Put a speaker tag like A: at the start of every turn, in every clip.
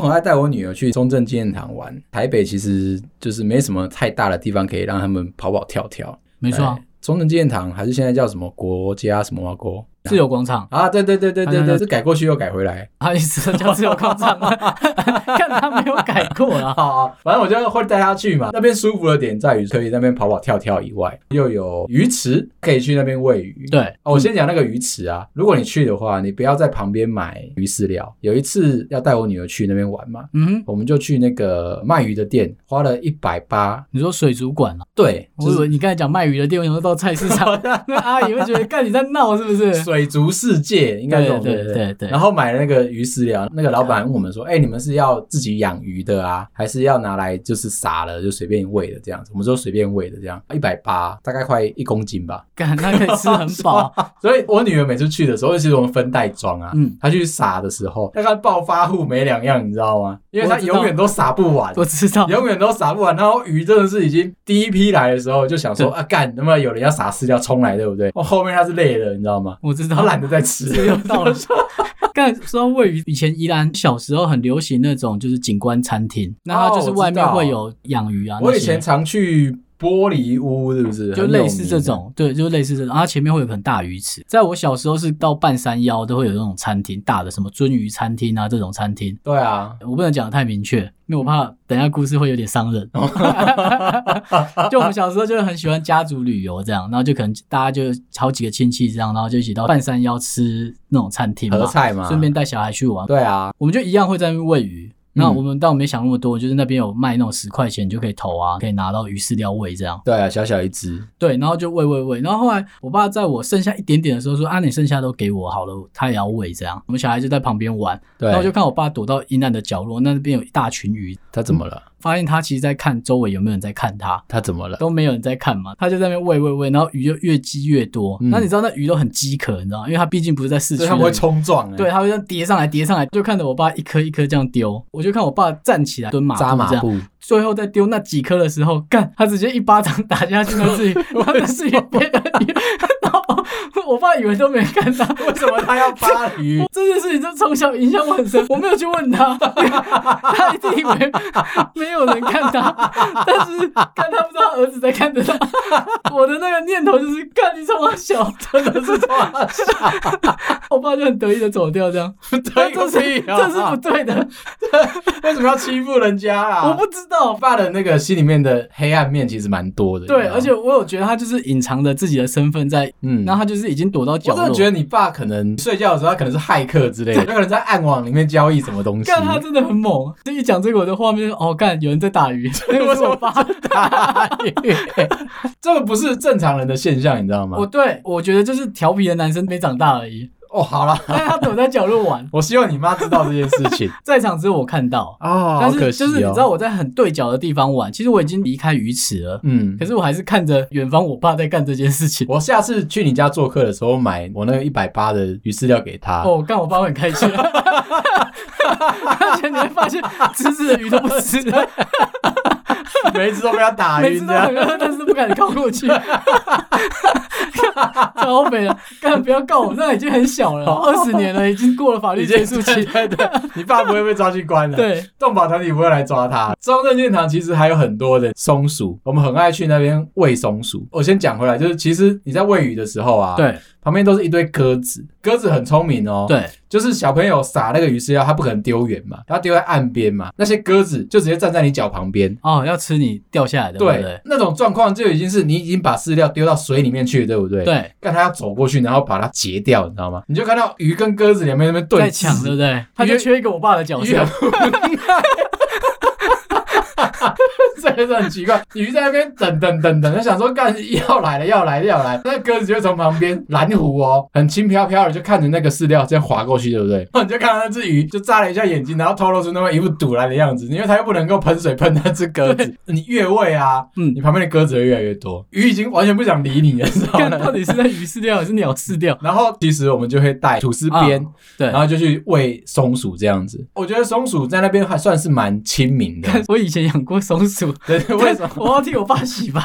A: 很爱带我女儿去中正纪念堂玩。台北其实就是没什么太大的地方可以让他们跑跑跳跳。
B: 没错啊
A: 哎，中正纪念堂还是现在叫什么国家什么啊国
B: 自由广场，
A: 啊？对对对对对
B: 哎
A: 对，
B: 哎
A: 是改过去又改回来。
B: 啊，一直都叫自由广场， 看他没有改过啦。
A: 好、啊，反正我就会带她去嘛。那边舒服的点在于可以在那边跑跑跳跳以外，又有鱼池可以去那边喂鱼。
B: 对，
A: 哦，我先讲那个鱼池啊，如果你去的话，你不要在旁边买鱼饲料。有一次要带我女儿去那边玩嘛，
B: 嗯哼，
A: 我们就去那个卖鱼的店，花了一百八，
B: 你说水族馆啊？
A: 对，
B: 我以为你刚才讲卖鱼的店，我想说到菜市场， 那阿姨会觉得干你在闹是不是？
A: 水族世界应该这
B: 对
A: 种
B: 对对对
A: 然，后买了那个鱼饲料，那个老板问我们说：“哎、你们是要自己养鱼的啊，还是要拿来就是撒了就随便喂的这样子？”我们说随便喂的这样，一百八，大概快一公斤吧。
B: 干那可以吃很 饱，
A: 所以我女儿每次去的时候，其实我们分袋装啊，
B: 嗯
A: 她去撒的时候，大概暴发户没两样，你知道吗？因为她
B: 我知道
A: 永远都撒不完。
B: 我知道。
A: 永远都撒不完，然后鱼真的是已经第一批来的时候就想说
B: 对
A: 啊干，那么有人要撒饲料冲来，对不对？哦，后面她是累了，你知道吗？
B: 我知
A: 她
B: 道，
A: 懒得再吃，
B: 这 又 到了。刚才说到喂鱼，以前宜兰小时候很流行那种就是景观餐厅，那它就是外面会有养鱼啊，
A: 我以
B: 那些
A: 前常去玻璃屋，是不是？
B: 就
A: 很有
B: 类似这种，对，就类似这种，然后前面会有很大鱼池。在我小时候是到半山腰都会有那种餐厅，大的什么鳟鱼餐厅啊这种餐厅，
A: 名。对啊，
B: 我不能讲的太明确，因为我怕
A: 嗯
B: 等一下故事会有点伤人。
A: 哦
B: 就我们小时候就是很喜欢家族旅游这样，然后就可能大家就好几个亲戚这样，然后就一起到半山腰吃那种餐厅
A: 合
B: 嘛，
A: 菜嘛。
B: 顺便带小孩去玩。
A: 对啊，
B: 我们就一样会在那边喂鱼。那
A: 嗯
B: 我们但我没想那么多，就是那边有卖那种十块钱你就可以投啊，可以拿到鱼饲料喂这样。
A: 对啊，小小一只，
B: 对，然后就喂喂喂，然后后来我爸在我剩下一点点的时候说：“啊，你剩下都给我好了，他也要喂。”这样，我们小孩就在旁边玩，
A: 对
B: 然后就看我爸躲到阴暗的角落，那边有一大群鱼，
A: 它怎么了？
B: 发现他其实在看周围有没有人在看他，
A: 它怎么了？
B: 都没有人在看嘛，他就在那边喂喂喂，然后鱼就越积越多。
A: 嗯
B: 那、你知道那鱼都很饥渴，你知道吗？因为它毕竟不是在市区，
A: 所以它们会，冲撞、欸，
B: 对，，啊它会这样叠上来叠上来，就看着我爸一颗一颗这样丢，我就看我爸站起来蹲马步
A: 扎马
B: 这样
A: 步，
B: 最后在丢那几颗的时候，干他直接一巴掌打下去，那 自己，然后那自己变得，然后我爸以为都没看到。
A: 为什么它要扒鱼？
B: 这件事情就从小影响我很深，我没有去问他， 他一定 以为没有人看他，但是看他不知道他儿子在看着他，我的那个念头就是干你从我小，真的是啊从
A: 啊
B: 我爸就很得意的走掉这样，但这是
A: 对个屁啊
B: 这是不对的，
A: 为什么要欺负人家啊？
B: 我不知道，
A: 我爸的那个心里面的黑暗面其实蛮多的，你
B: 对，
A: 知道吗
B: 而且我有觉得他就是隐藏着自己的身份在，
A: 嗯
B: 然后他就是已经躲到角
A: 我真
B: 落。
A: 的觉得你爸可能睡觉的时候，他可能是骇客之类的，他可能在暗网里面交易什么东西。
B: 干他真的很猛，这一讲这个我的画面就是哦，干有人在 打鱼，那个是我爸。
A: 这个不是正常人的现象，你知道吗？
B: 我对我觉得就是调皮的男生没长大而 已，
A: 哦，好了，。
B: 但他躲在角落玩
A: 我希望你妈知道这件事情
B: 在场只有我看到，
A: 哦
B: 但是就是你知道
A: 我，
B: 我在很对角的地方玩，其实我已经离开鱼池了，
A: 嗯
B: 可，是我还是看着远方我爸在干这件事情。
A: 我下次去你家做客的时候，买我那个一百八的鱼饲料给他。
B: 哦，干我爸会很开心， 而且你会发现吃吃的鱼都不吃了。
A: 每一次都被他打
B: 每次
A: 晕，
B: 都
A: 这 样
B: 很饿，但是不敢靠过去。 超肥了，干不要告我，那已经很小了，二十年了，已经过了法律
A: 哦已经
B: 结束期。
A: 对对，对你爸不会被抓去关 的。，
B: 对，
A: 动保团体不会来抓他。中正建堂其实还有很多的松鼠，我们很爱去那边喂松鼠。我先讲回来，就是其实你在喂鱼的时候啊，，
B: 对，
A: 旁边都是一堆鸽子，鸽子很聪明哦，
B: 对，
A: 就是小朋友撒那个鱼饲料，它不可能丢远嘛，它丢在岸边嘛，那些鸽子就直接站在你脚旁边。
B: 哦，要吃你掉下来的，对不
A: 对
B: 对，？
A: 那种状况就已经是你已经把饲料丢到水里面去了，对不对？。
B: 对，
A: 但它要走过去，然后把它截掉，你知道吗？你就看到鱼跟鸽子两边在那边对
B: 在
A: 峙
B: 抢，对不对？他就缺一个我爸的角
A: 鱼
B: 色，
A: 很无奈。 这个是很奇怪，鱼在那边等等等等，他想说干要来了要来了要来了，那鸽子就从旁边蓝湖哦，很轻飘飘的就看着那个饲料这样划过去，对不对？然后你就看到那只鱼就眨了一下眼睛，然后透露出那么一副堵然的样子，因为它又不能够喷水喷那只鸽子，你越位啊，
B: 嗯
A: 你。旁边的鸽子会越来越多，鱼已经完全不想理你了，知道
B: 看
A: 吗？
B: 到底是在鱼饲料还是鸟饲料？
A: 然后其实我们就会带吐司边，
B: 对
A: 然，后就去喂松鼠这样子。我觉得松鼠在那边还算是蛮亲民的。
B: 我以前养过松鼠，
A: 对，为什么？
B: 我要替我爸洗白。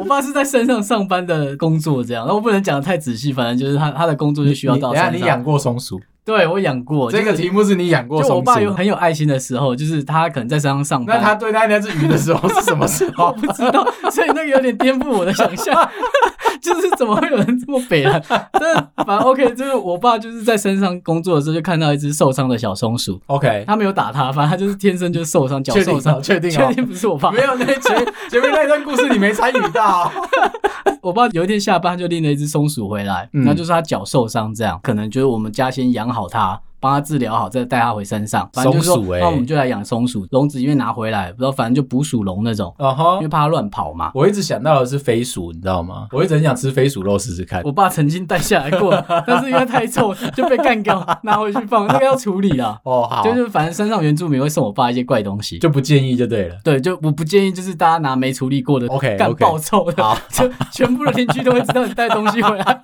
B: 我爸是在山上上班的工作，这样，然后我不能讲的太仔细，反正就是他他的工作就需要到
A: 你等一
B: 山
A: 下你
B: 上。
A: 养过松鼠？
B: 对我养过
A: 这个
B: 就是
A: 题目是你养过
B: 就我
A: 松
B: 爸有
A: 鼠，
B: 很有爱心的时候，就是他可能在山上上
A: 那
B: 班，
A: 他对待那只鱼的时候是什么 时
B: 我
A: 候？啊
B: 不知道，所以那个有点颠覆我的想象， 就是怎么会有人这么北啊？ 真的，反正 OK，就是我爸就是在山上工作的时候就看到一只受伤的小松鼠，
A: OK，
B: 他没有打它，反正它就是天生就受伤，脚
A: 确定
B: 受
A: 哦
B: 伤。
A: 确定
B: 确
A: 哦，
B: 定不是我爸
A: 没，有那前前面那段故事你没参与 到，
B: 我爸有一天下班就拎了一只松鼠回来，
A: 嗯
B: 那就是他脚受伤这样，可能就是我们家先养好它，帮它治疗好，再带它回山上。反正就是
A: 松鼠
B: 说，
A: 欸
B: 那我们就来养松鼠，笼子因为拿回来，不知道反正就捕鼠笼那种，
A: 哦吼
B: 因为怕它乱跑嘛。
A: 我一直想到的是飞鼠，你知道吗？我一直很想吃飞鼠肉试试看。
B: 我爸曾经带下来 过，但是因为太臭就被干掉，拿回去放，那个要处理啦。
A: 哦，好，
B: 就是反正山上原住民会送我爸一些怪东西，
A: 就不建议就对了。
B: 对，就我不建议就是大家拿没处理过的
A: OK，
B: 干
A: OK
B: 爆臭的， 就全部的邻居都会知道你带东西 回来。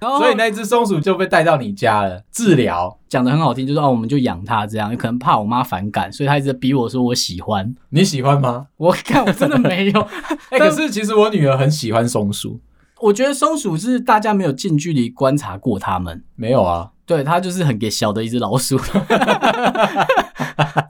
B: 然后
A: 所以那只松鼠就被带到你家了，治疗。
B: 讲的很好听，就是哦，我们就养它这样，可能怕我妈反感，所以她一直逼我说我喜欢。
A: 你喜欢吗？
B: 我看我真的没有，
A: 哎、
B: 但
A: 可是其实我女儿很喜欢松鼠。
B: 我觉得松鼠是大家没有近距离观察过它们，
A: 没有啊，
B: 对，它就是很给小的一只老鼠。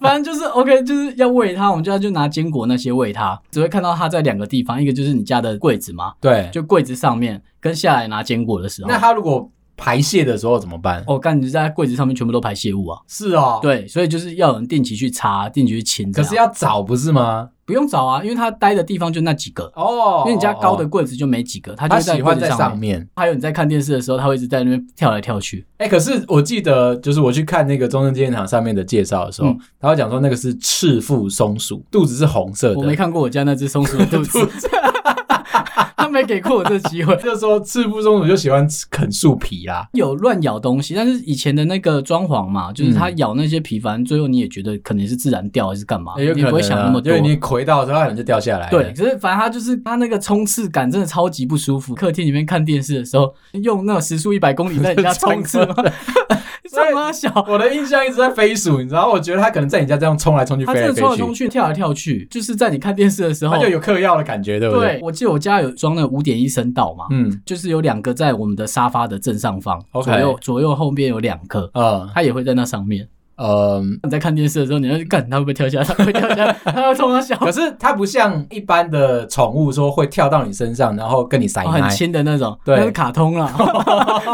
B: 反正就是 OK，就是要喂它，我们就要就拿坚果那些喂它，只会看到它在两个地方，一个就是你家的柜子嘛，
A: 对。
B: 就柜子上面跟下来拿坚果的时候
A: 那。它如果排泄的时候怎么办？
B: 哦，干！你就在柜子上面全部都排泄物啊，
A: 是哦，。
B: 对，所以就是要有人定期去擦，定期去清这
A: 可
B: 样。
A: 是要找不是吗？
B: 不用找啊，因为它待的地方就那几个，
A: 哦，
B: 因为你家高的柜子就没几个，它
A: 哦，
B: 就
A: 她
B: 会在
A: 喜
B: 柜
A: 欢
B: 子
A: 在
B: 上
A: 上
B: 面。
A: 面。
B: 还有你在看电视的时候，它会一直在那边跳来跳去。
A: 哎、可是我记得，就是我去看那个中正纪念堂上面的介绍的时候
B: 嗯，
A: 他、会讲说那个是赤腹松鼠，肚子是红色的。
B: 我没看过我家那只松鼠的 肚子，它没给过我这机会。
A: 就说赤腹松鼠就喜欢吃啃树皮啦。
B: 有乱咬东西，但是以前的那个装潢嘛，就是它
A: 嗯
B: 咬那些皮，反正最后你也觉得可能是自然掉还是干嘛，
A: 也有可
B: 你
A: 能、啊、
B: 不会想那么多
A: 因为。你回到的时候，它可能就掉下来了。
B: 对，可是反正它就是它那个冲刺感真的超级不舒服。客厅里面看电视的时候，用那种时速一 百公里在你家冲刺吗？ 这么小，
A: 我的印象一直在飞鼠，你知道，我觉得它可能在你家这样冲来冲去，
B: 它
A: 飞
B: 真
A: 来
B: 的冲来
A: 飞
B: 冲
A: 去，
B: 去，跳来跳去，就是在你看电视的时候
A: 它，就有嗑药的感觉，对不
B: 对？我记得我家有装那五点一声道嘛，
A: 嗯
B: 就是有两个在我们的沙发的正上方
A: OK
B: 左右左右后面有两颗，
A: 嗯
B: 它也会在那上面。
A: 嗯。
B: 你在看电视的时候，你会干它会不会跳下来？它会不会跳下来，它要冲 它哦小，
A: 可是它不像一般的宠物，说会跳到你身上，然后跟你撒
B: 哦
A: 奶
B: 很。轻的那种，
A: 对
B: 那是卡通啦，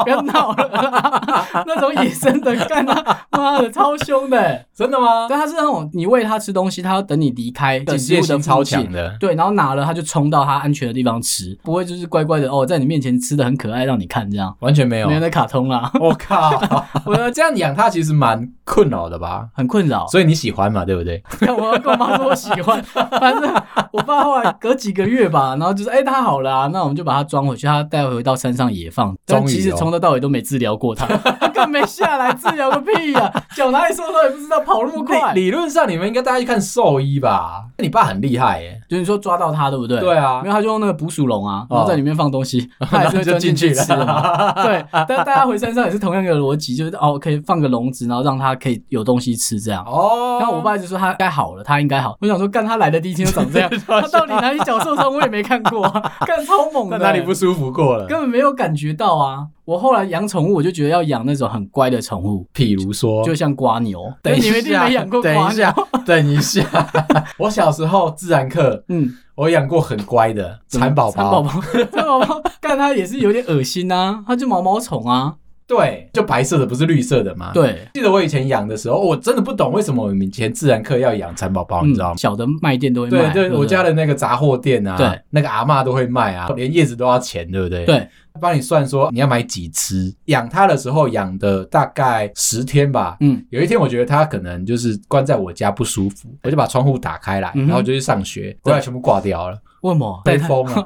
B: 不要闹了 啦，那种野生的干它，妈的超凶的欸。
A: 真的吗？
B: 但它是那种你喂它吃东西，它要等你离开
A: 警
B: 食
A: 戒
B: 物的
A: 心
B: 超
A: 超
B: 近
A: 强。的。
B: 对，然后拿了它就冲到它安全的地方吃，不会就是乖乖的哦，在你面前吃的很可爱，让你看这样。
A: 完全没有
B: 没有，那卡通啊啦，
A: 我靠！我这样养它其实蛮困扰的吧？
B: 很 困扰。
A: 所以你喜欢嘛，对不对？
B: 但我要跟我妈说我喜欢，反正我爸后来隔几个月吧，然后就是哎、他好了、啊，那我们就把它装回去，他带回到山上野放。但
A: 终于
B: 其实
A: 哦
B: 从头到尾都没治疗 过它，他更没下来治疗个屁呀、脚哪里受伤也不知道，跑那么快。
A: 理理论上你们应该带它去看兽医吧？你爸很厉害耶。
B: 就是你说抓到它，对不对？
A: 对啊哦
B: 因为他就用那个捕鼠笼啊，然后在里面放东 西，它还是会
A: 就
B: 钻
A: 进
B: 进
A: 去
B: 去吃的嘛。
A: 了。
B: 对，但大家回山上也是同样的逻辑，就是哦，可以放个笼子，然后让它可以有东西吃这样。
A: 哦，
B: 然后我爸就说他应该好了，他应该好。我想说，干他来的第一天就长这 样，他到底哪里脚受伤我也没看过、啊， 干超猛
A: 那
B: 的、
A: 哪里不舒服过了？
B: 根本没有感觉到啊！我后来养宠物，我就觉得要养那种很乖的宠物，
A: 譬如说，
B: 就像瓜牛。
A: 等一
B: 哦你们一定
A: 下
B: 没养过
A: 等
B: 瓜
A: 一
B: 牛
A: 下。，等一下。 我小时候自然课，
B: 嗯，
A: 我养过很乖的蚕宝
B: 蚕宝。宝，蚕宝宝，干它也是有点恶心啊，它就毛毛虫啊，
A: 对，就白色的，不是绿色的嘛。。
B: 对，
A: 记得我以前养的时候，哦我真的不懂为什么我们以前自然课要养蚕宝宝，哦你知道吗？
B: 嗯小的卖店都会
A: 对
B: 卖，
A: 对，
B: 不
A: 我家的那个杂货店啊，
B: 对，
A: 那个阿嬷都会卖啊，连叶子都要钱，对不对？，
B: 对，
A: 帮你算说你要买几只。养它的时候养的大概十天吧，
B: 嗯，
A: 有一天我觉得它可能就是关在我家不舒服，我就把窗户打开来，
B: 嗯哼
A: 然后就去上学，回来全部挂掉了，
B: 为什么？
A: 被风了。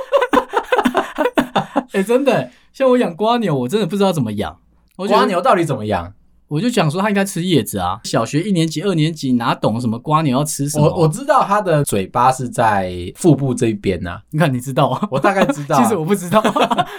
B: 哎，真的，像我养瓜牛，我真的不知道怎么养。我觉得
A: 瓜牛到底怎么养？
B: 我就讲说它应该吃叶子啊。小学一年级、二年级哪懂什么瓜牛要吃什么？
A: 我我知道它的嘴巴是在腹部这一边呐、
B: 你看你知道啊？
A: 我大概知 道。
B: 其实我不知道，？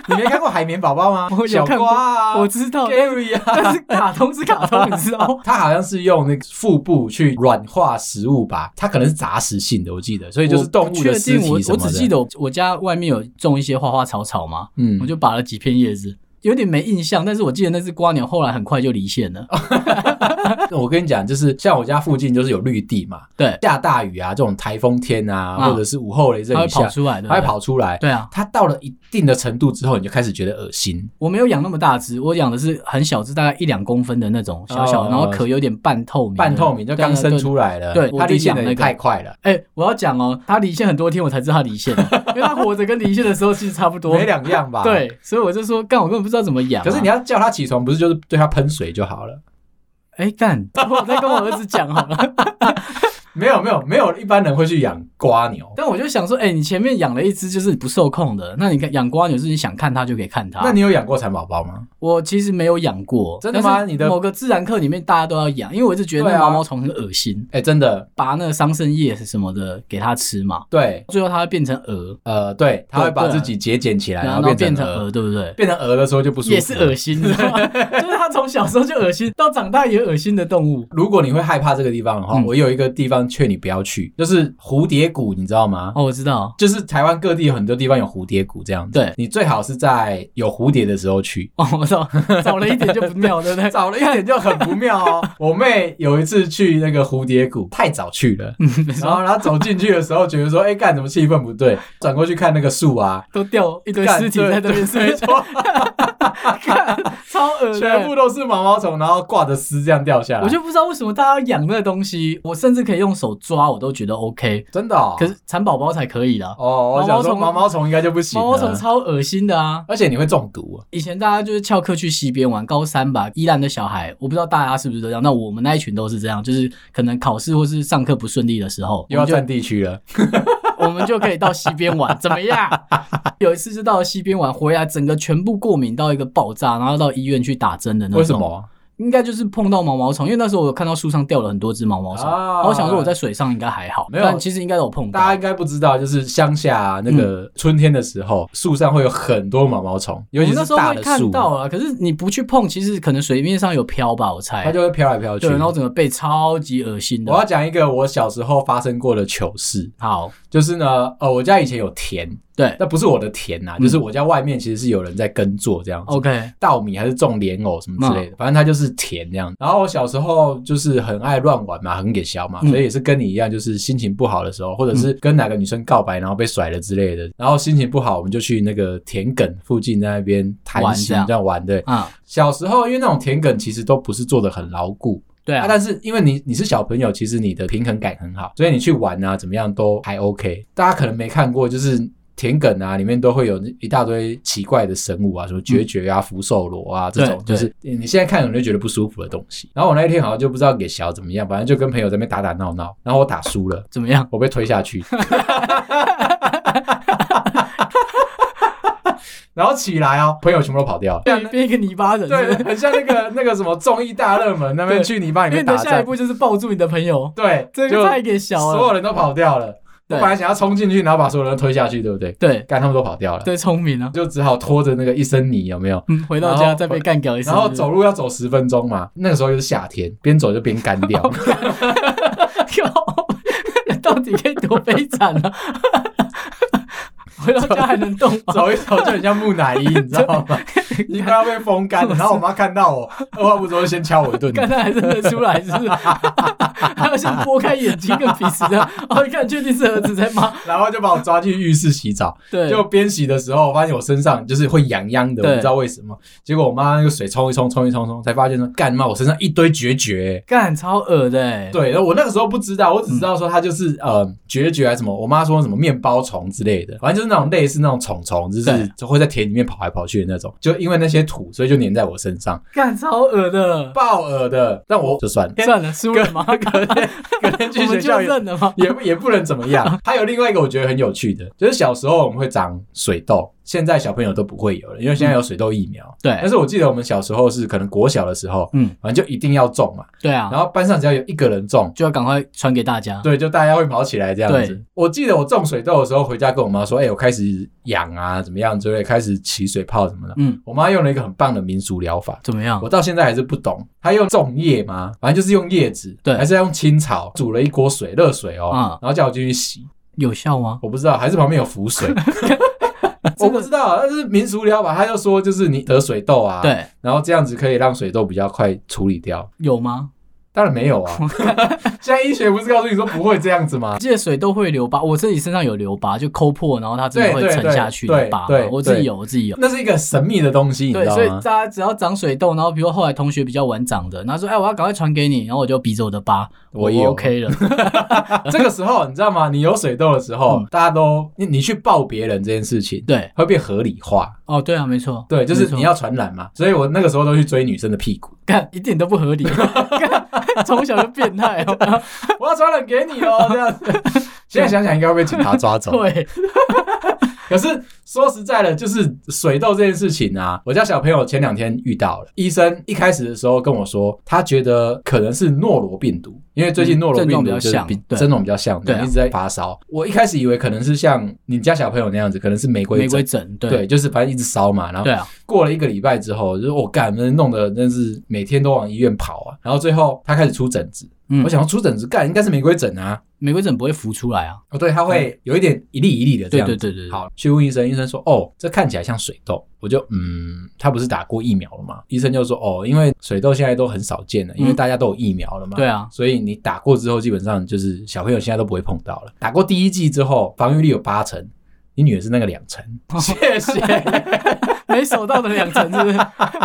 A: 你没看过海绵宝宝 吗
B: 我有
A: 小
B: 看过
A: 瓜啊，
B: 我知道，
A: Gary 啊。
B: 但是卡通是 卡通，你知道吗？
A: 它好像是用那个腹部去软化食物吧，它可能是杂食性的，我记得，所以就是动
B: 我
A: 物的
B: 不确
A: 尸
B: 定
A: 体
B: 我
A: 什么的。
B: 我只记得我我家外面有种一些花花草草嘛，
A: 嗯
B: 我，就拔了几片叶子，有点没印象，但是我记得那只瓜牛后来很快就离线了。
A: 哦我跟你讲，就是像我家附近就是有绿地嘛，
B: 对，
A: 下大雨啊，这种台风天啊，
B: 啊
A: 或者是午后雷阵
B: 它会
A: 雨下
B: 跑，出来的，
A: 它会。跑出来。
B: 对啊，
A: 它到了一定的程度之后，你就开始觉得恶心。
B: 我没有养那么大只，我养的是很小只，大概一两公分的那种小小，
A: 哦
B: 然后壳有点半透明的，啊
A: 半透明就刚生出来了，
B: 对对
A: 它离线
B: 我
A: 的
B: 就养那
A: 也
B: 个
A: 太快了，
B: 哎、我要讲哦，他离线很多天，我才知道他离线的， 因为他活着跟离线的时候其实差不多。
A: 没两样吧？。
B: 对，所以我就说，干，我根本不知道怎么养啊、
A: 可是你
B: 要，
A: 要叫它起床，不是就是对它喷水就好了？
B: 哎、干，我再跟我儿子讲 好了。
A: 没有没有没有，一般人会去养瓜牛。
B: 但我就想说，哎、你前面养了一只就是不受控的，那你看养瓜牛是你想看它就可以看它。
A: 那你有养过蚕宝宝吗？
B: 我其实没有养过，
A: 真的吗
B: 但是
A: 你的
B: 某个自然课里面大家都要养，因为我一直觉得那
A: 对
B: 个
A: 啊
B: 毛毛虫很恶心，
A: 哎、真的，
B: 拔那个桑葚叶什么的给它吃嘛，
A: 对，
B: 最后它会变成蛾，
A: 呃，对，它会把
B: 对对啊
A: 自己节俭起来，
B: 然
A: 哎然
B: 后
A: 后
B: 变
A: 变成
B: 蛾，
A: 蛾，
B: 对不对？
A: 变成蛾的时候就不舒服，
B: 也是
A: 嗯
B: 恶。心，你知 道吗？就是他从小时候就恶心，到长大也恶心的动物。
A: 如果你会害怕这个地方的话，
B: 嗯
A: 我有一个地方劝你不要去，就是蝴蝶谷，你知道吗？
B: 哦，我知道。
A: 就是台湾各地有很多地方有蝴蝶谷这样子，
B: 对
A: 你最好是在有蝴蝶的时候去。
B: 哦，我知 道，早了一点就不妙，对不 对？
A: 早了一点就很不妙哦。 我妹有一次去那个蝴蝶谷，太早去了，
B: 嗯
A: 然后她走进去的时候，觉得说，哎、干怎么气氛不对？转过去看那个树啊，
B: 都掉一堆
A: 干
B: 尸体在那边睡
A: 对
B: 觉，
A: 对
B: 超恶的。
A: 全部都是毛毛虫，然后挂着丝这样掉下来。
B: 我就不知道为什么大家要养那个东西，我甚至可以用手抓，我都觉得 OK。
A: 真的、哦，
B: 可是蚕宝宝才可以啦，
A: 哦，我想说
B: 毛
A: 毛
B: 毛
A: 毛虫应该就不行啊了，
B: 毛毛虫超恶心的啊！
A: 而且你会中毒。哦
B: 以前大家就是翘课去溪边玩，高三吧，宜兰的小孩，我不知道大家是不是都这样，那我们那一群都是这样，就是可能考试或是上课不顺利的时候，
A: 又要
B: 我们就
A: 占地区了，
B: 我们就可以到溪边玩，怎么样？有一次是到了溪边玩，回来整个全部过敏到一个爆炸，然后到医院去打针的那种。
A: 为什？么？
B: 应该就是碰到毛毛虫，因为那时候我看到树上掉了很多只毛毛虫，
A: 啊
B: 然后我想说我在水上应该还好，
A: 没有
B: 但其实应该都有碰
A: 大家
B: 到。
A: 应该不知道，就是乡下啊、那个
B: 嗯
A: 春天的时候，树上会有很多毛毛虫，尤
B: 我
A: 其
B: 那
A: 是
B: 时候
A: 大
B: 会
A: 的
B: 看
A: 树，
B: 到啊，可是你不去碰，其实可能水面上有漂吧，我
A: 它
B: 猜。
A: 就会飘来飘去
B: 对，。然后整个背超级恶心
A: 我要
B: 的。
A: 讲一个我小时候发生过的糗事，
B: 好，
A: 就是呢，呃，我家以前有田，
B: 对
A: 那不是我的田呐、
B: 嗯哦
A: 就是我家外面其实是有人在耕作这样子。
B: ，OK，
A: 稻米还是种莲藕什么
B: 嗯
A: 之类的，反正它就是田这样。然后我小时候就是很爱乱玩嘛，很给小嘛，
B: 嗯
A: 所以也是跟你一样，就是心情不好的时候，或者是跟哪个女生告白然后被甩了之类的，然后心情不好，我们就去那个田埂附近在那边弹
B: 玩这
A: 琴
B: 样
A: 这样玩。对，
B: 啊，
A: 小时候因为那种田埂其实都不是做的很牢固，
B: 对
A: 啊，
B: 啊，
A: 但是因为你你是小朋友，其实你的平衡感很好，所以你去玩啊，怎么样都还 OK。大家可能没看过，就是田埂啊，里面都会有一大堆奇怪的生物啊，什么决绝啊、福寿螺啊这种，
B: 嗯对
A: 就是你现在看你就觉得不舒服的东西。然后我那一天好像就不知道给小怎么样，反正就跟朋友在那边打打闹闹，然后我打输了，
B: 怎么 样？
A: 我被推下 去。然后起来哦，朋友全部都跑掉了，
B: 变变一个泥巴人，是
A: 对
B: 不是，
A: 很像那个那个什么综艺大热门那边
B: 对
A: 去泥巴里
B: 因为
A: 面
B: 你
A: 打
B: 的
A: 战
B: 下一，步就是抱住你的朋友，
A: 对，
B: 这
A: 就
B: 个太给小了。
A: 所有人都跑掉了。我
B: 对
A: 本来想要冲进去，然后把所有人都推下去，对不对？
B: 对
A: 干他们都跑掉了，
B: 对，聪明啊。
A: 就只好拖着那个一身泥，有没有？
B: 嗯，回到
A: 然
B: 家
A: 后
B: 再被干掉一次，
A: 然后
B: 是不是
A: 走路要走十分钟嘛，那个时候又是夏天，边走就边干掉，
B: 靠， 到底可以多悲惨啊！回到家还能动 吗？
A: 走一走就很像木乃伊，你知道吗？已经快要被风干 了。然后我妈看到我，二话不说就先敲我一顿。
B: 看他还认得出来，是不是？还要像拨开眼睛跟彼此的，哦，一看确定是儿子在骂，
A: 然后就把我抓去浴室洗澡，
B: 对，
A: 就边洗的时候，我发现我身上就是会痒痒的，我
B: 对
A: 不知道为什么。结果我妈那个水冲一冲，冲一冲冲，才发现说，干妈我身上一堆决绝、欸
B: 干超恶的、欸，
A: 对，然后我那个时候不知道，我只知道说它就是、呃决绝还是什么，我妈说什么面包虫之类的，反正就是那种类似那种虫虫，就是
B: 对
A: 就会在田里面跑来跑去的那种，就因为那些土，所以就粘在我身上，
B: 干超恶的，
A: 爆耳的。但我就算了，
B: 算了，输了嘛，
A: 隔天隔天
B: 我
A: 去学
B: 们就
A: 校也
B: 认了嘛。
A: 也也不能怎么样。还有另外一个我觉得很有趣的，就是小时候我们会长水痘，现在小朋友都不会有了，因为现在有水痘疫苗。但
B: 嗯对，
A: 是我记得我们小时候是可能国小的时候，
B: 嗯，
A: 反正就一定要种嘛，
B: 对啊，
A: 然后班上只要有一个人中。
B: 就要赶快传给大家。
A: 对，就大家会跑起来这样子
B: 对。
A: 我记得我种水痘的时候，回家跟我妈说：“哎、我开始痒啊，怎么样之类，开始起水泡什么的。”
B: 嗯，
A: 我妈用了一个很棒的民俗疗法，
B: 怎么样
A: 我？到现在还是不懂。她用粽叶吗？反正就是用叶子，
B: 对
A: 还是要用青草煮了一锅水，热水哦，
B: 嗯
A: 然后叫我进去洗。
B: 有效吗？
A: 我不知道，还是旁边有浮水，我不知道，啊但是民俗疗法，他就说就是你得水痘啊，，
B: 对，
A: 然后这样子可以让水痘比较快处理掉。
B: 有吗？
A: 当然没有 啊，现在医学不是告诉你说不会这样子吗
B: 我？记得水痘会留疤，我自己身上有留疤，就抠破，然后它真的
A: 对
B: 会
A: 对
B: 沉
A: 对
B: 下去
A: 对
B: 的疤
A: 对
B: 嘛。我自己
A: 对
B: 有，我自己有。
A: 那是一个神秘的东西，你知
B: 对，
A: 道
B: 所以
A: 吗
B: 大？家只要长水痘，然后比如后来同学比较晚长的，然后说：“哎，我要赶快传给你。”然后我就比着我的疤，
A: 我
B: 我
A: 也有
B: OK 了。
A: 啊这个时候你知道吗？你有水痘的时候，
B: 嗯
A: 大家都你你去抱别人这件事情
B: 对，
A: 会被合理化，
B: 哦，对啊，没错，
A: 对，就
B: 没
A: 是
B: 错
A: 你要传染嘛。所以我那个时候都去追女生的屁 股，
B: 干一点都 不合理，干从小就变态哦。
A: 我要传染给你哦，这样 子。现在想想应该 会被警察抓走。
B: 对，
A: 可是说实在的，就是水痘这件事情啊，我家小朋友前两天遇到了。医生一开始的时候跟我说，他觉得可能是诺罗病毒，因为最近诺罗病毒就是比
B: 嗯症状
A: 症状
B: 比较像对
A: 比较像，
B: 对啊
A: 一直在发烧。我一开始以为可能是像你家小朋友那样子，可能是玫瑰
B: 玫瑰
A: 疹。
B: 疹，
A: 对，
B: 对，
A: 就是反正一直烧嘛，然后
B: 对啊，
A: 过了一个礼拜之后，就是我哦干，那弄得真是每天都往医院跑啊。然后最后他开始出疹子，
B: 嗯
A: 我，想要出疹子干应该是玫瑰疹啊，
B: 玫瑰疹不会浮出来啊。
A: 哦对，它会有一点一粒一粒的这
B: 对
A: 样子
B: 对对对，对，
A: 好，去问医生，医生说哦，这看起来像水痘，我就嗯，他不是打过疫苗了吗？医生就说哦，因为水痘现在都很少见了，因为
B: 嗯
A: 大家都有疫苗了嘛。
B: 对。啊，
A: 所以你打过之后，基本上就是小朋友现在都不会碰到了。打过第一剂之后，防御力有八成，你女儿是那个两成，
B: 哦
A: 谢谢。
B: 没手到的两层是不是？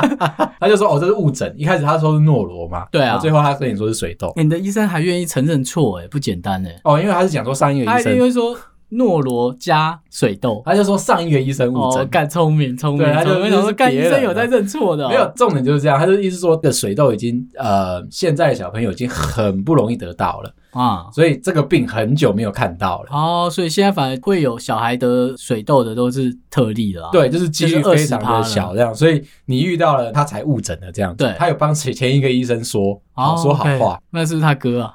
A: 他就说哦，这是误诊，一开始他说是诺罗嘛，
B: 对啊
A: 然后最后他跟你说是水痘
B: 欸你的医生还愿意承认错，哎，不简单哎。
A: 哦，因为他是讲说上一个
B: 他
A: 医
B: 一定
A: 生，
B: 会说诺罗加水痘。
A: 他就说上一个医生误
B: 哦，
A: 诊，
B: 干聪明聪明，
A: 对他就
B: 聪明我想
A: 就
B: 说
A: 是
B: 干医
A: 别
B: 生
A: 人
B: 有
A: 啊
B: 在认错的哦，
A: 没有重点就是这样，他就意思说，这水痘已经呃，现在的小朋友已经很不容易得到了，
B: 啊。
A: 所以这个病很久没有看到了。
B: 哦，所以现在反而会有小孩得水痘的都是特例了、啊。
A: 对，就是几率非常
B: 就是20%
A: 的小，这样，所以你遇到了他才误诊的这样子。
B: 对
A: 他有帮前前一个医生说
B: 哦，
A: 好说好
B: OK
A: 话，
B: 那是不是他哥啊？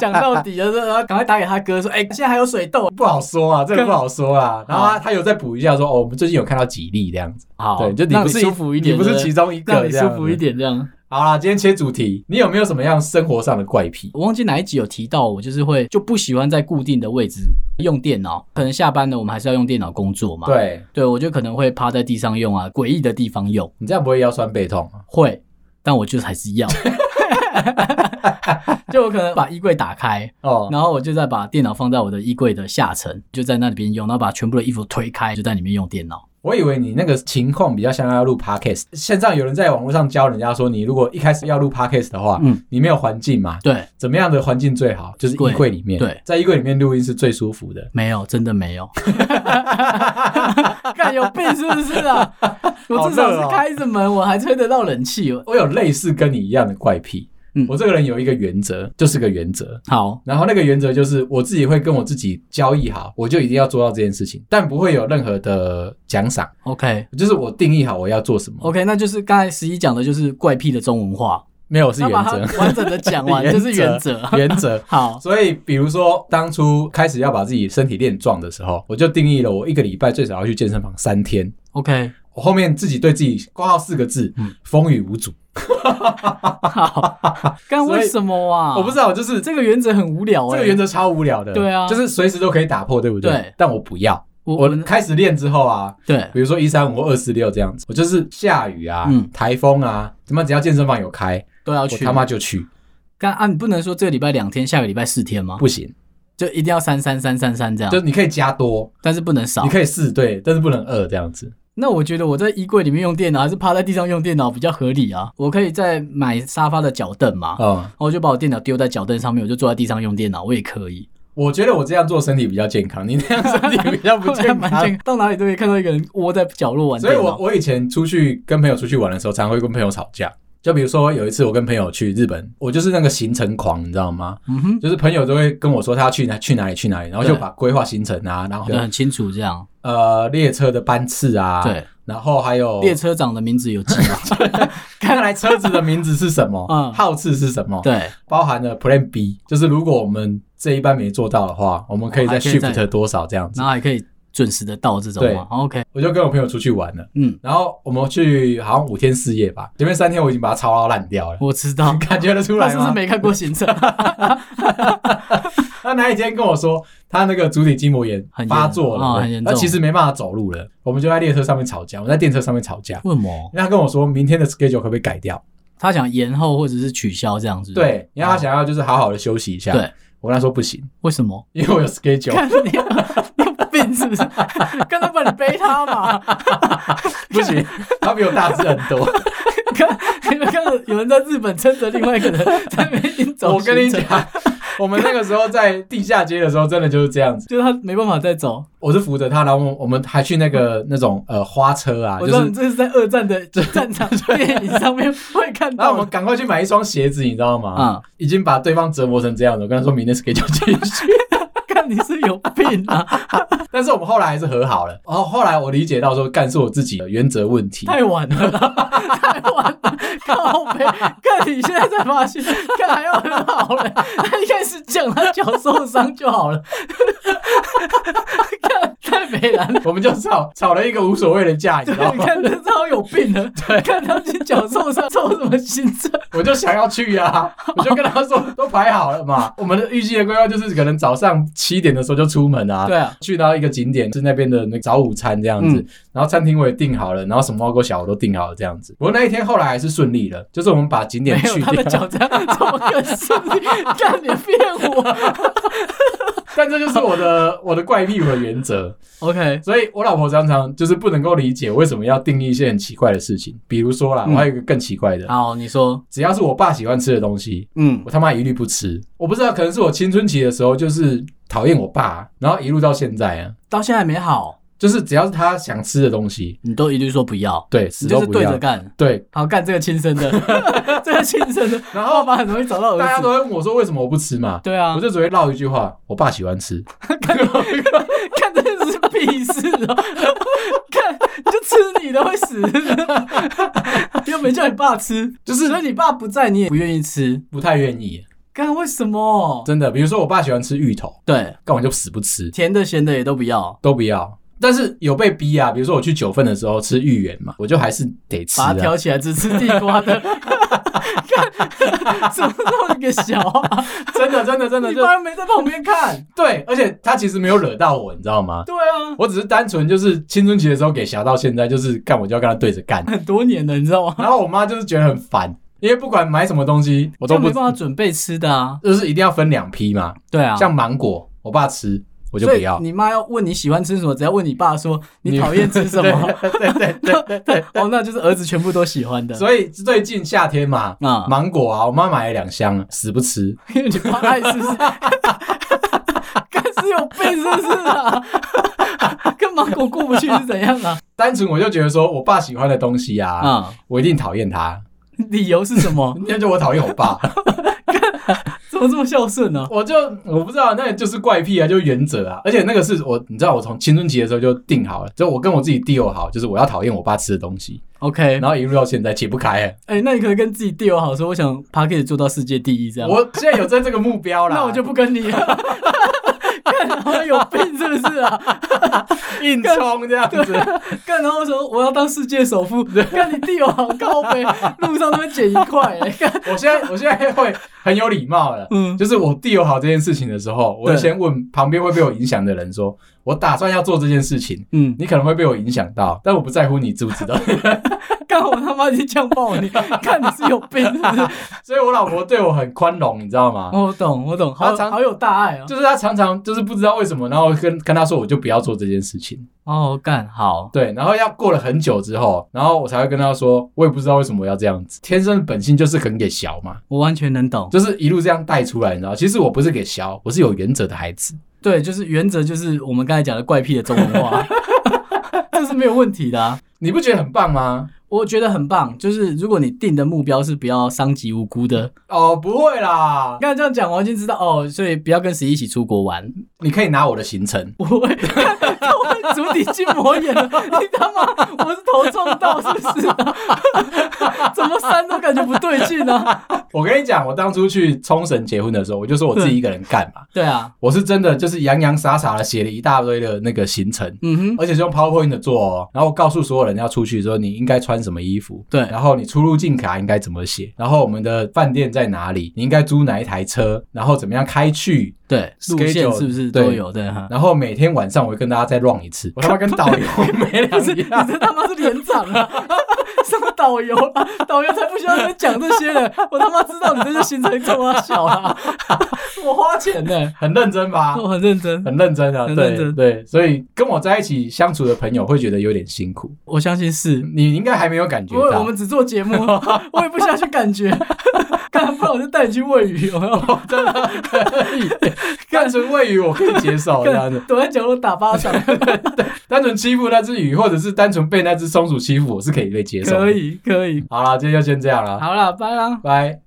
B: 讲到底就是然后赶快打给他哥说，哎、现在还有水痘。
A: 不好说啊，这个不好说啊。然后他他有再补一下说，哦，我们最近有看到几例这样子。
B: 好，
A: 对，就你
B: 让
A: 不是
B: 舒服一点，
A: 你不是
B: 对
A: 其中一个，
B: 让你舒服一。点这样。
A: 好啦，今天切主题，你有没有什么样生活上的怪癖？
B: 我忘记哪一集有提到，我就是会就不喜欢在固定的位置用电脑，可能下班了我们还是要用电脑工作嘛。，
A: 对
B: 对我就可能会趴在地上用啊，诡异的地方用
A: 你这样不会腰酸背痛啊吗？
B: 会，但我就是还是要。 就我可能把衣柜打开，
A: 哦，
B: 然后我就再把电脑放在我的衣柜的下层，就在那里边用，然后把全部的衣服推开，就在里面用电脑。
A: 我以为你那个情况比较像要录 podcast，线上有人在网络上教人家说，你如果一开始要录 podcast 的话，
B: 嗯，
A: 你没有环境嘛，
B: 对，
A: 怎么样的环境最好？就是衣柜里面，
B: 对，
A: 在衣柜里面录音是最舒服的。
B: 没有，真的没有。 看有病是不是啊？我至少
A: 哦
B: 是开着门，我还吹得到冷气哦。
A: 我有类似跟你一样的怪癖，
B: 嗯
A: 我这个人有一个原则，就是个原则。
B: 好，
A: 然后那个原则就是我自己会跟我自己交易好，我就一定要做到这件事情，但不会有任何的奖赏，
B: OK。
A: 就是我定义好我要做什么，
B: OK，那就是刚才十一讲的，就是怪癖的中文化，
A: 没有是
B: 他
A: 原
B: 把它
A: 则，
B: 完整的讲完，
A: 原
B: 这
A: 则
B: 是原则。
A: 原则。
B: 好，
A: 所以，比如说当初开始要把自己身体练壮的时候，我就定义了我一个礼拜最少要去健身房三天。
B: OK，
A: 我后面自己对自己挂号四个字：
B: 嗯
A: 风雨无阻。
B: 好，干
A: 所以
B: 为什么啊？
A: 我不知道，就是这
B: 这个原则很无聊哎、
A: 个原则超无聊的。
B: 对啊
A: 就是随时都可以打破，对不对？
B: 对
A: 但我不要。
B: 我
A: 我
B: 我们
A: 开始练之后啊，
B: 对
A: 比如说一三五二四六这样子，我就是下雨啊
B: 嗯、
A: 台、风啊，怎么只要健身房有开，
B: 都要
A: 我
B: 去
A: 他妈就去，
B: 干啊！你不能说这个礼拜两天，下个礼拜四天吗？
A: 不行。
B: 就一定要三三三三三这样
A: 就，你可以加多，
B: 但是不能少
A: 你。可以四对，但是不能二这样子。
B: 那我觉得我在衣柜里面用电脑，还是趴在地上用电脑比较合理啊。我可以再买沙发的脚凳嘛，然
A: 嗯，
B: 后我就把我电脑丢在脚凳上面，我就坐在地上用电脑，我也可以。
A: 我觉得我这样做身体比较健康，你那样身体比较不 健
B: 蛮
A: 康。
B: 健到哪里都可以看到一个人窝在角落玩
A: 所以
B: 电
A: 我
B: 脑。
A: 我以前出去跟朋友出去玩的时候，常常会跟朋友吵架。就比如说有一次我跟朋友去日本，我就是那个行程狂，你知道吗？
B: 嗯哼，
A: 就是朋友都会跟我说他要去哪去哪里去哪里，然后就
B: 对
A: 把规划行程啊，然后
B: 对，很清楚这样。
A: 呃列车的班次啊，，哦
B: 对，
A: 然后还有
B: 列车长的名字有记 吗？
A: 看来车子的名字是什么，
B: 嗯
A: 号次是什么，
B: 对，
A: 包含了 Plan B，就是如果我们这一班没做到的话，我们可以
B: 哦还
A: 再
B: 可以再嗯
A: shift 多少这样子
B: 然。后还可以准时的到这种
A: 对
B: 嘛。OK，
A: 我就跟我朋友出去玩了，
B: 嗯，
A: 然后我们去好像五天四夜吧，前面三天我已经把它操到烂掉了。 。
B: 我知道
A: 感觉得出
B: 他
A: 来
B: 是不是
A: 吗？
B: 没看过行程？
A: 那那一天跟我说，他那个足底筋膜炎
B: 很严
A: 发作了，
B: 哦
A: 对
B: 很严
A: 他
B: 重
A: 其实没办法走路了。我们就在列车上面吵架，我们在电车上面吵架。
B: 为什么？
A: 因为他跟我说明天的 schedule 可不可以改掉？
B: 他想延后或者是取消这样子？
A: 对，因为他
B: 哦
A: 想要就是好好的休息一下。
B: 对，
A: 我跟他说不行，
B: 为什么？
A: 因为我有 schedule，
B: 看你有你有病是不 是？干脆把你背他 嘛！
A: 不行，他比我大只很多。
B: 看你们看到有人在日本撑着另外一个人 在那边硬走，
A: 我跟你讲，，我们那个时候在地下街的时候，真的就是这样子。
B: 就是他没办法再走。
A: 我是扶着他，然后我们我们还去那个那种呃花车啊，
B: 我
A: 就
B: 知道你
A: 是。
B: 这是在二战的战 场电影上面会 看
A: 然后我
B: 到
A: 们赶快去买一双鞋子，你知道吗？
B: 啊！
A: 已经把对方折磨成这样子，我跟他说明天 schedule 继续。
B: 看你是有病啊！
A: 但是我们后来还是和好了。然后后来我理解到说，干是我自己的原则问题。
B: 太 晚了啦，太晚了！靠背，看你现在才发现，看还要很好了。他一开始讲他脚受伤就好了，看太美了。
A: 我们就吵吵了一个无所谓的架，你
B: 对
A: 知道，
B: 你
A: 吗？
B: 看这超有病的，
A: 对
B: 看他去脚受伤，受什么心症？
A: 我就想要去啊，我就跟他说都排好了嘛。我们的预计的规划就是可能早上七点的时候就出门啊，
B: 对啊，
A: 去到一个景点是那边的那个早午餐这样子，
B: 嗯
A: 然后餐厅我也订好了，然后什么猫狗小我都订好了这样子。不过那一天后来还是顺利了，就是我们把景点
B: 没有
A: 去
B: 他的
A: 掉，
B: 脚这样，怎么可能？看你啊骗我。
A: 但这就是我 的我的怪癖我的原则，
B: OK，
A: 所以我老婆常常就是不能够理解为什么要定义一些很奇怪的事情，比如说啦，
B: 嗯啊
A: 我还有一个更奇怪的，
B: 好，你说，
A: 只要是我爸喜欢吃的东西，
B: 嗯，
A: 我他妈一律不吃。我不知道，可能是我青春期的时候就是讨厌我爸，然后一路到现在啊，
B: 到现在没好，
A: 就是只要是他想吃的东西，
B: 你都一律说不要，
A: 对，
B: 你
A: 死
B: 就
A: 都
B: 是
A: 不
B: 对
A: 要。
B: 着干。
A: 对，
B: 好，干这个亲生的， 这个亲生的，
A: 然
B: 爸
A: 后
B: 爸很容易找到
A: 大家
B: 儿
A: 都
B: 子。
A: 会问我说为什么我不吃嘛，
B: 对啊
A: 我，就只会唠一句话：我爸喜欢吃。
B: 看这是鄙视哦，看你就吃你的会死，又没叫你爸吃，
A: 就是
B: 所以你爸不在，你也不愿意吃，
A: 不太愿意，
B: 干为什么？
A: 真的。比如说我爸喜欢吃芋头，
B: 对，
A: 但我就死不吃，
B: 甜的咸的也都不要，
A: 都不要。但是有被逼啊，比如说我去九份的时候吃芋圆嘛，我就还是得吃、
B: 把
A: 啊
B: 它。挑起来只吃地瓜 的，看怎么那么一个小 啊？
A: 真的，真的，真的
B: 你
A: 就
B: 爸又没在旁边看，
A: 对，而且他其实没有惹到我，你知道吗？
B: 对啊，
A: 我只是单纯就是青春期的时候给侠到现在，就是干我就要跟他对着
B: 。
A: 干
B: 很多年了，你知道吗？
A: 然后我妈就是觉得很烦，因为不管买什么东西，我
B: 我
A: 都
B: 没
A: 不
B: 办法准备吃的啊，
A: 就是一定要分两批嘛。
B: 对啊，
A: 像芒果，我爸吃，我就
B: 所
A: 不
B: 以
A: 要。
B: 你妈要问你喜欢吃什么，只要问你爸说你
A: 你
B: 讨厌吃什么，
A: 对对对对对 对。
B: 哦，那就是儿子全部都喜欢的。
A: 所以最近夏天嘛，
B: 啊，
A: 芒果啊，我妈买了两箱，死不吃。
B: 因为你爸爱吃是， 干是有病是不是啊？ 跟芒果过不去是怎样啊？
A: 单纯我就觉得说我爸喜欢的东西啊，
B: 啊，
A: 我一定讨厌他，
B: 理由是什么？
A: 那就我讨厌我 爸，
B: 怎么这么孝顺啊呢？
A: 我就我不知道，那就是怪癖啊，就是原则啊。而且那个是我，你知道我从青春期的时候就定好了，就我跟我自己 deal 好，就是我要讨厌我爸吃的东西，
B: OK，
A: 然后一路到现在解不开、欸。
B: 哎、那你可能跟自己 deal 好，说我想 p a c k e 做到世界第一这样。
A: 我现在有在这个目标啦，
B: 那我就不跟你了，看好像有病是不是啊？
A: 硬冲这样子。
B: 干，然后说我要当世界首 富，干你地有好高呗，路上都会捡一块、 欸，干，
A: 我现在我现在会很有礼貌了，
B: 嗯
A: 就是我 deal 好这件事情的时候，我会
B: 对
A: 先问旁边会被我影响的人说，我打算要做这件事情。
B: 嗯，
A: 你可能会被我影响到，但我不在乎你知不知道，
B: 干我他妈已经呛爆 你，看你是有病是不是？
A: 所以我老婆对我很宽容，你知道吗？
B: 哦我懂，我懂，好
A: 他常
B: 好有大爱啊！
A: 就是她常常就是不知道为什么，然后跟跟她说我就不要做这件事情，
B: 哦，干好，
A: 对，然后要过了很久之后，然后我才会跟她说，我也不知道为什么我要这样子，天生本性就是很给小嘛，
B: 我完全能懂。
A: 就是一路这样带出来，你知道？其实我不是给削，我是有原则的孩子。
B: 对，就是原则就是我们刚才讲的怪癖的中文 化，这是没有问题的、啊。
A: 你不觉得很棒吗？
B: 我觉得很棒，就是如果你定的目标是不要伤及无辜的，
A: 哦，不会啦，
B: 刚才这样讲，我已经知道哦，所以不要跟谁一起出国玩，
A: 你可以拿我的行程。
B: 我会， 我会足底筋膜炎了，你他妈，我是头撞到是不是、啊？怎么删都感觉不对劲呢、啊？
A: 我跟你讲，我当初去冲绳结婚的时候，我就说我自己一个人干嘛，
B: 对啊，
A: 我是真的就是洋洋洒洒的写了一大堆的那个行程。
B: 嗯哼，
A: 而且是用 PowerPoint 做哦，然后我告诉所有人要出去的时候，你应该穿什么衣服，
B: 对
A: 然后你出入境卡应该怎么写，然后我们的饭店在哪里，你应该租哪一台车，然后怎么样开去，
B: 对，路线
A: schedule，
B: 是不是
A: 对
B: 都有？对 哈。
A: 然后每天晚上我会跟大家再 run 一次，我他妈跟导游 没
B: 不是，
A: 两
B: 你
A: 样。
B: 这他妈是连长啊！什么导游啊？导游才不需要你们讲这些的。我他妈知道你这些行程这么小啊！ 我花钱呢、
A: 很认真吧？
B: 我很认真。
A: 很认真啊，
B: 很认
A: 对
B: 真
A: 对，所以跟我在一起相处的朋友会觉得有点辛苦，
B: 我相信是，
A: 你应该还没有感觉
B: 因为
A: 到。
B: 我们只做节目，啊 我也不想去感觉。 看，不然我就带你去喂鱼，有没有？
A: 真的可以 单纯喂鱼，我可以接 受这样子；
B: 躲在角落打巴掌，
A: 单纯欺负那只鱼，或者是单纯被那只松鼠欺负，我是可以被接受。
B: 可，以，可以。
A: 好啦，今天就先这样啦，
B: 好了，拜啦。
A: 拜。